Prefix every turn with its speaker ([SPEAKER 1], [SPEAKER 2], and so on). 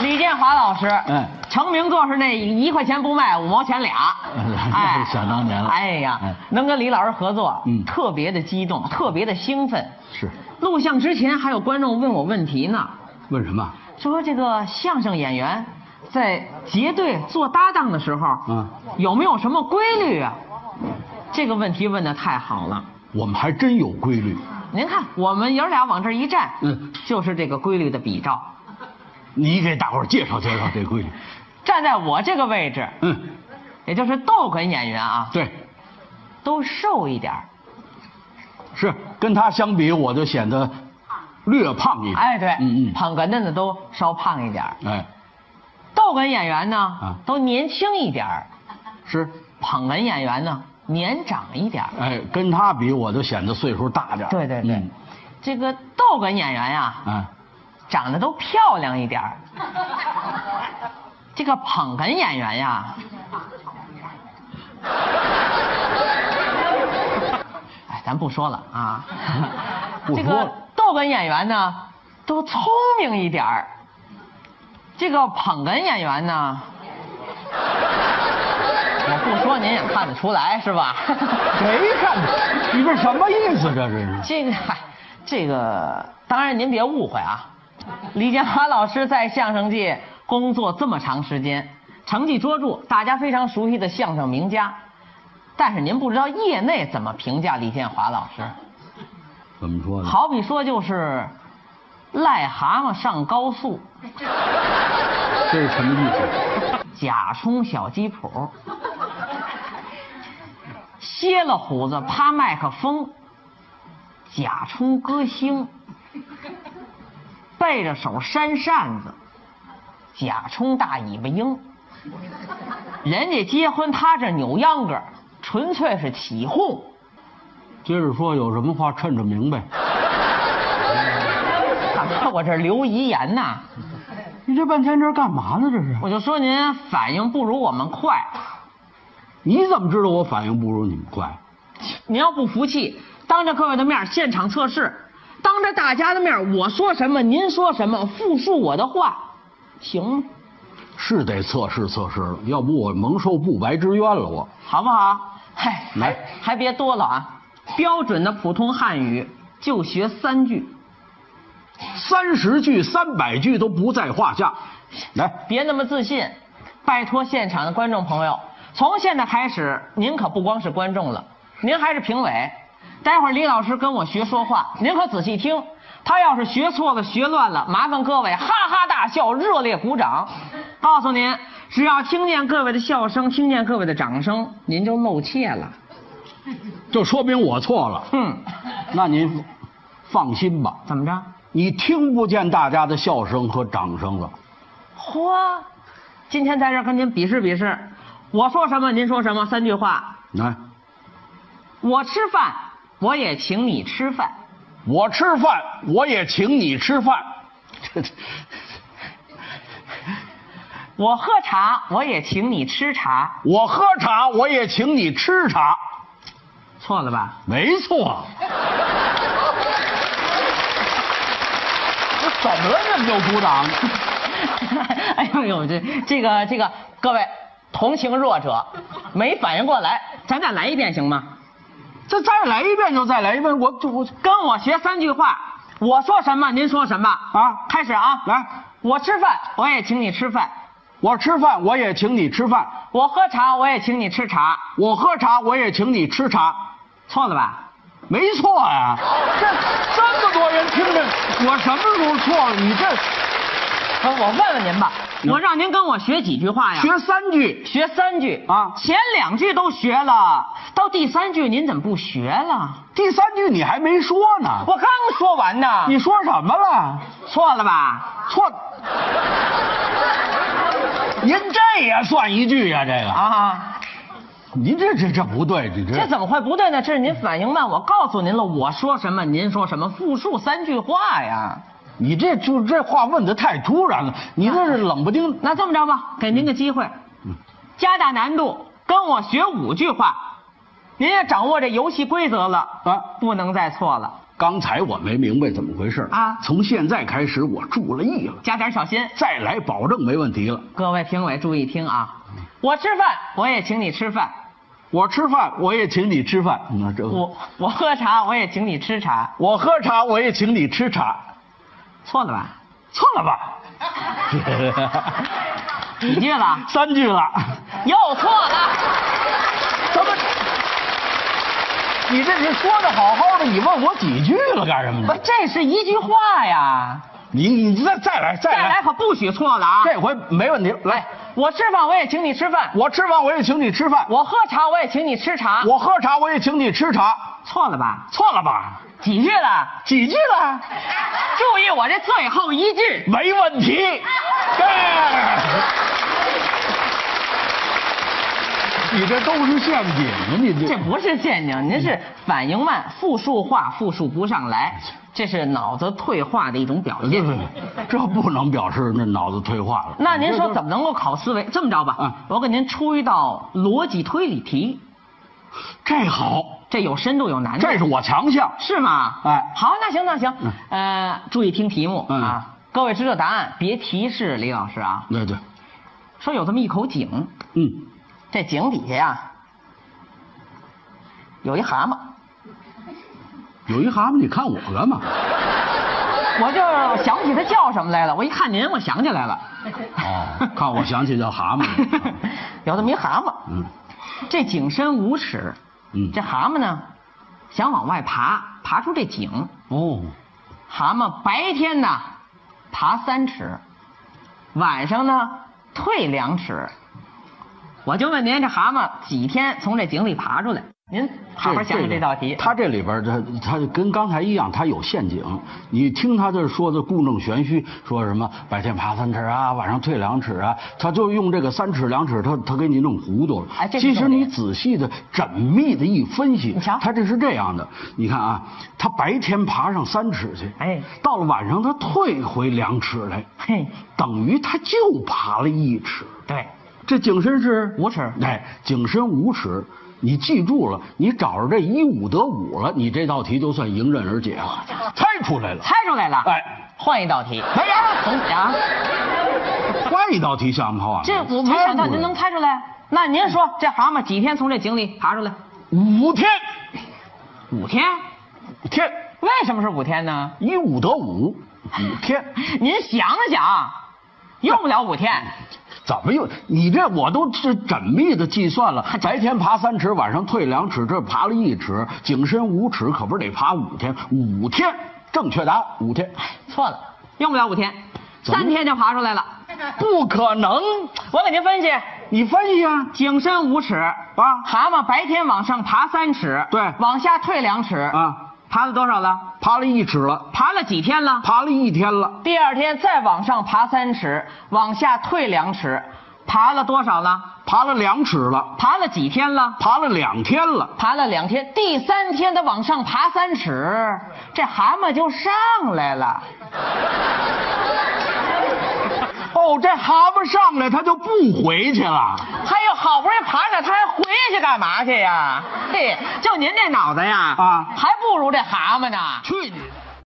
[SPEAKER 1] 李建华老师，
[SPEAKER 2] 哎，
[SPEAKER 1] 成名作是那一块钱不卖，五毛钱俩 哎，
[SPEAKER 2] 嗯想当年了
[SPEAKER 1] 哎呀
[SPEAKER 2] 哎，
[SPEAKER 1] 能跟李老师合作，
[SPEAKER 2] 嗯
[SPEAKER 1] 特别的激动，特别的兴奋。
[SPEAKER 2] 是，
[SPEAKER 1] 录像之前还有观众问我问题呢，
[SPEAKER 2] 问什么？
[SPEAKER 1] 说这个相声演员在结对做搭档的时候，
[SPEAKER 2] 嗯
[SPEAKER 1] 有没有什么规律啊？这个问题问的太好了。
[SPEAKER 2] 我们还真有规律。
[SPEAKER 1] 您看，我们爷儿俩往这一站，
[SPEAKER 2] 嗯，
[SPEAKER 1] 就是这个规律的比照。
[SPEAKER 2] 你给大伙儿介绍介绍这规律。
[SPEAKER 1] 站在我这个位置，
[SPEAKER 2] 嗯，
[SPEAKER 1] 也就是逗哏演员啊，
[SPEAKER 2] 对，
[SPEAKER 1] 都瘦一点儿。
[SPEAKER 2] 是跟他相比，我就显得略胖一点。
[SPEAKER 1] 哎，对，
[SPEAKER 2] 嗯嗯，
[SPEAKER 1] 捧哏的呢都稍胖一点儿，
[SPEAKER 2] 哎，
[SPEAKER 1] 逗哏演员呢、
[SPEAKER 2] 啊
[SPEAKER 1] 都年轻一点儿，
[SPEAKER 2] 是，
[SPEAKER 1] 捧哏演员呢年长一点儿。
[SPEAKER 2] 哎，跟他比，我就显得岁数大点儿。
[SPEAKER 1] 对对对，
[SPEAKER 2] 嗯
[SPEAKER 1] 这个逗哏演员呀、
[SPEAKER 2] 哎，
[SPEAKER 1] 长得都漂亮一点儿。这个捧哏演员呀，哎，咱不说了啊。
[SPEAKER 2] 不
[SPEAKER 1] 这
[SPEAKER 2] 说
[SPEAKER 1] 个
[SPEAKER 2] 了
[SPEAKER 1] 逗哏演员呢，都聪明一点儿。这个捧哏演员呢，我不说您也看得出来是吧？
[SPEAKER 2] 谁看你这什么意思？这是
[SPEAKER 1] 这个，嗨，这个，当然您别误会啊。李建华老师在相声界工作这么长时间，成绩卓著，大家非常熟悉的相声名家。但是您不知道业内怎么评价李建华老师，
[SPEAKER 2] 怎么说呢？
[SPEAKER 1] 好比说就是癞蛤蟆上高速，
[SPEAKER 2] 这是什么意思？
[SPEAKER 1] 假充小鸡脯，歇了胡子趴麦克风，假充歌星，背着手扇扇子，假充大尾巴鹰。人家结婚，他这扭秧歌儿，纯粹是起哄。
[SPEAKER 2] 接着说，有什么话趁着明白。
[SPEAKER 1] 干嘛？我这留遗言呐、
[SPEAKER 2] 你这半天这是干嘛呢？这是？
[SPEAKER 1] 我就说您反应不如我们快。
[SPEAKER 2] 你怎么知道我反应不如你们快？
[SPEAKER 1] 您要不服气，当着各位的面儿现场测试，当着大家的面儿我说什么您说什么，复述我的话，行吗？
[SPEAKER 2] 是得测试测试了，要不我蒙受不白之冤了我。
[SPEAKER 1] 好不好？嗨，
[SPEAKER 2] 来
[SPEAKER 1] 还还别多了啊！标准的普通汉语就学三句，
[SPEAKER 2] 三十句、三百句都不在话下。来，
[SPEAKER 1] 别那么自信。拜托现场的观众朋友，从现在开始，您可不光是观众了，您还是评委。待会儿李老师跟我学说话，您可仔细听。他要是学错了、学乱了，麻烦各位哈哈大笑，热烈鼓掌。告诉您，只要听见各位的笑声，听见各位的掌声，您就露怯了。
[SPEAKER 2] 就说明我错了。
[SPEAKER 1] 哼，
[SPEAKER 2] 那您放心吧，
[SPEAKER 1] 怎么着？
[SPEAKER 2] 你听不见大家的笑声和掌声了。
[SPEAKER 1] 嚯！今天在这儿跟您比试比试，我说什么您说什么，三句话。
[SPEAKER 2] 来，
[SPEAKER 1] 我吃饭，我也请你吃饭。
[SPEAKER 2] 我吃饭，我也请你吃饭。这这
[SPEAKER 1] 我喝茶，我也请你吃茶，
[SPEAKER 2] 我喝茶，我也请你吃茶。
[SPEAKER 1] 错了吧？
[SPEAKER 2] 没错。 这怎么了？你们就鼓掌？
[SPEAKER 1] 哎呦呦，这这个这个，各位同情弱者，没反应过来，咱再来一遍行吗？
[SPEAKER 2] 这再来一遍就再来一遍，我就我
[SPEAKER 1] 跟我学三句话，我说什么您说什么
[SPEAKER 2] 啊
[SPEAKER 1] 开始啊，
[SPEAKER 2] 来，
[SPEAKER 1] 我吃饭，我也请你吃饭；
[SPEAKER 2] 我吃饭我也请你吃饭，
[SPEAKER 1] 我喝茶，我也请你吃茶，
[SPEAKER 2] 我喝茶我也请你吃茶。
[SPEAKER 1] 错了吧？
[SPEAKER 2] 没错呀、这这么多人听着，我什么时候错了？你这
[SPEAKER 1] 不是我问问您吧，
[SPEAKER 2] 嗯
[SPEAKER 1] 我让您跟我学几句话呀？
[SPEAKER 2] 学三句，
[SPEAKER 1] 学三句
[SPEAKER 2] 啊
[SPEAKER 1] 前两句都学了，到第三句您怎么不学了？
[SPEAKER 2] 第三句你还没说呢，
[SPEAKER 1] 我刚说完呢。
[SPEAKER 2] 你说什么了？
[SPEAKER 1] 错了吧？
[SPEAKER 2] 错，您这也算一句呀、这个啊，
[SPEAKER 1] 啊，
[SPEAKER 2] 您这这这不对，你
[SPEAKER 1] 这怎么会不对呢？这是您反应慢，我告诉您了，我说什么您说什么，复述三句话呀。
[SPEAKER 2] 你这就这话问的太突然了，你这是冷不丁。
[SPEAKER 1] 那这么着吧，给您个机会，加大难度，跟我学五句话。您也掌握这游戏规则了
[SPEAKER 2] 啊
[SPEAKER 1] 不能再错了。
[SPEAKER 2] 刚才我没明白怎么回事儿
[SPEAKER 1] 啊
[SPEAKER 2] 从现在开始我注了意了，
[SPEAKER 1] 加点小心。
[SPEAKER 2] 再来保证没问题了。
[SPEAKER 1] 各位评委注意听啊，我吃饭我也请你吃饭，
[SPEAKER 2] 我吃饭我也请你吃饭，那这
[SPEAKER 1] 我我喝茶我也请你吃茶，
[SPEAKER 2] 我喝茶我也请你吃茶，
[SPEAKER 1] 错了吧？
[SPEAKER 2] 错了 吧？
[SPEAKER 1] 几句了？
[SPEAKER 2] 三句了，
[SPEAKER 1] 又错了。
[SPEAKER 2] 怎么？你这是说的好好的，你问我几句了干什么
[SPEAKER 1] 不
[SPEAKER 2] 呢？，
[SPEAKER 1] 这是一句话呀，
[SPEAKER 2] 你你再再来再
[SPEAKER 1] 再
[SPEAKER 2] 来
[SPEAKER 1] 来，可不许错了啊！哎
[SPEAKER 2] 这回没问题。来，
[SPEAKER 1] 我吃饭我也请你吃饭，
[SPEAKER 2] 我吃饭我也请你吃饭，
[SPEAKER 1] 我喝茶我也请你吃茶，
[SPEAKER 2] 我喝茶我也请你吃茶，
[SPEAKER 1] 错了吧？
[SPEAKER 2] 错了吧？
[SPEAKER 1] 几句了？
[SPEAKER 2] 几句了？
[SPEAKER 1] 注意我这最后一句，
[SPEAKER 2] 没问题。哎你这都是陷阱啊！你
[SPEAKER 1] 这不是陷阱，您是反应慢，复述话复述不上来，这是脑子退化的一种表
[SPEAKER 2] 嗯
[SPEAKER 1] 现。
[SPEAKER 2] 这不能表示那脑子退化了。
[SPEAKER 1] 那您说怎么能够考思维？这么着
[SPEAKER 2] 嗯
[SPEAKER 1] 吧，我给您出一道逻辑推理题，
[SPEAKER 2] 这好，
[SPEAKER 1] 这有深度有难度。
[SPEAKER 2] 这是我强项。
[SPEAKER 1] 是吗？
[SPEAKER 2] 哎
[SPEAKER 1] 好，那行那行
[SPEAKER 2] 嗯，
[SPEAKER 1] 呃，注意听题目
[SPEAKER 2] 嗯
[SPEAKER 1] 啊，各位知道答案，别提示李老师啊。
[SPEAKER 2] 对对，
[SPEAKER 1] 说有这么一口井，
[SPEAKER 2] 嗯，
[SPEAKER 1] 这井底下呀有一蛤蟆，
[SPEAKER 2] 有一蛤蟆，你看我 干嘛？
[SPEAKER 1] 我就想不起它叫什么来了。我一看您，我想起来了。
[SPEAKER 2] 哦，看我想起叫蛤蟆了。
[SPEAKER 1] 有这么一蛤蟆，
[SPEAKER 2] 嗯
[SPEAKER 1] 这井深五尺，
[SPEAKER 2] 嗯，
[SPEAKER 1] 这蛤蟆呢想往外爬，爬出这井。
[SPEAKER 2] 哦，
[SPEAKER 1] 蛤蟆白天呢爬三尺，晚上呢退两尺。我就问您，这蛤蟆几天从这井里爬出来？您好好想想这道题。
[SPEAKER 2] 他这里边他他跟刚才一样，他有陷阱。你听他这说的故弄玄虚，说什么白天爬三尺啊，晚上退两尺啊，他就用这个三尺两尺，他他给你弄糊涂了。
[SPEAKER 1] 哎这是
[SPEAKER 2] 其实
[SPEAKER 1] 重
[SPEAKER 2] 你
[SPEAKER 1] 点
[SPEAKER 2] 仔细的、缜密的一分析
[SPEAKER 1] 你瞧，
[SPEAKER 2] 他这是这样的。你看啊，他白天爬上三尺去，
[SPEAKER 1] 哎
[SPEAKER 2] 到了晚上他退回两尺来，
[SPEAKER 1] 嘿，
[SPEAKER 2] 等于他就爬了一尺。
[SPEAKER 1] 对，
[SPEAKER 2] 这井深是
[SPEAKER 1] 五尺
[SPEAKER 2] 哎，井深五尺，你记住了，你找着这一五得五了，你这道题就算迎刃而解了，猜出来了。
[SPEAKER 1] 猜出来了。
[SPEAKER 2] 哎，
[SPEAKER 1] 换一道 题。
[SPEAKER 2] 哎呀，
[SPEAKER 1] 从啊，
[SPEAKER 2] 换一道题像不像啊？
[SPEAKER 1] 这我没想到您能猜出来。那您说，这蛤蟆几天从这井里爬出来？
[SPEAKER 2] 五天，
[SPEAKER 1] 五天？
[SPEAKER 2] 五天
[SPEAKER 1] 为什么是五天呢？
[SPEAKER 2] 一五得五，五天，
[SPEAKER 1] 您想想，用不了五天。
[SPEAKER 2] 怎么又？你这我都是缜密的计算了，白天爬三尺，晚上退两尺，这爬了一尺，井深五尺，可不是得爬五天？五天，正确答案五天，
[SPEAKER 1] 错了，用不了五天，
[SPEAKER 2] 怎么
[SPEAKER 1] 三天就爬出来 了。
[SPEAKER 2] 不可能，
[SPEAKER 1] 我给您分析，
[SPEAKER 2] 你分析啊。
[SPEAKER 1] 井深五尺
[SPEAKER 2] 啊
[SPEAKER 1] 蛤蟆白天往上爬三尺，
[SPEAKER 2] 对
[SPEAKER 1] 往下退两尺
[SPEAKER 2] 啊，
[SPEAKER 1] 爬了多少了？
[SPEAKER 2] 爬了一尺了，
[SPEAKER 1] 爬了几天了？
[SPEAKER 2] 爬了一天了，
[SPEAKER 1] 第二天再往上爬三尺，往下退两尺，爬了多少了？
[SPEAKER 2] 爬了两尺了，
[SPEAKER 1] 爬了几天了？
[SPEAKER 2] 爬了两天了，
[SPEAKER 1] 爬了两天，第三天它往上爬三尺，这蛤蟆就上来了。
[SPEAKER 2] 哦，这蛤蟆上来它就不回去了。
[SPEAKER 1] 哎呦，好不容易爬上，他还回去干嘛去呀？嘿，就您这脑子呀，
[SPEAKER 2] 啊
[SPEAKER 1] 还不如这蛤蟆呢。
[SPEAKER 2] 去你的！